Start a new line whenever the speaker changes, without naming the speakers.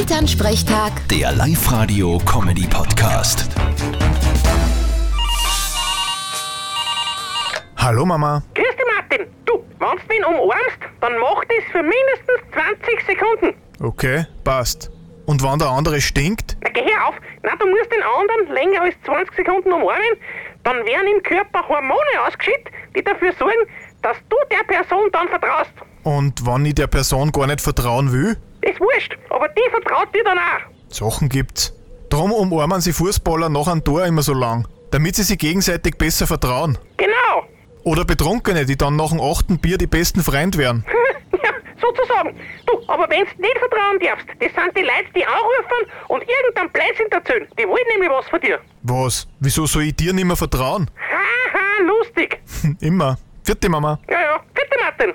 Elternsprechtag,
Der Live-Radio-Comedy-Podcast.
Hallo Mama.
Grüß dich, Martin. Du, wenn du mich umarmst, dann mach das für mindestens 20 Sekunden.
Okay, passt. Und wenn der andere stinkt?
Na, geh her auf. Na, du musst den anderen länger als 20 Sekunden umarmen, dann werden im Körper Hormone ausgeschüttet, die dafür sorgen, dass du der Person dann vertraust.
Und wenn ich der Person gar nicht vertrauen will?
Das ist wurscht, aber die vertraut dir dann auch.
Sachen gibt's. Drum umarmen sie Fußballer nach einem Tor immer so lang, damit sie sich gegenseitig besser vertrauen.
Genau.
Oder Betrunkene, die dann nach dem achten Bier die besten Freund wären.
ja, sozusagen. Du, aber wenn du nicht vertrauen darfst, das sind die Leute, die anrufen und irgendeinen Blödsinn erzählen. Die wollen nämlich was von dir.
Was? Wieso soll ich dir nicht mehr vertrauen?
Haha, lustig.
Hm, Immer. Vierte Mama.
Ja, ja. Bitte, Martin.